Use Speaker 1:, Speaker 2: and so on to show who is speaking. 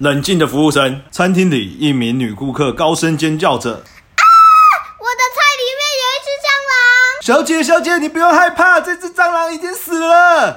Speaker 1: 冷静的服务生，餐厅里一名女顾客高声尖叫着
Speaker 2: 我的菜里面有一只蟑螂。：“
Speaker 1: 小姐，小姐，你不用害怕，这只蟑螂已经死了。”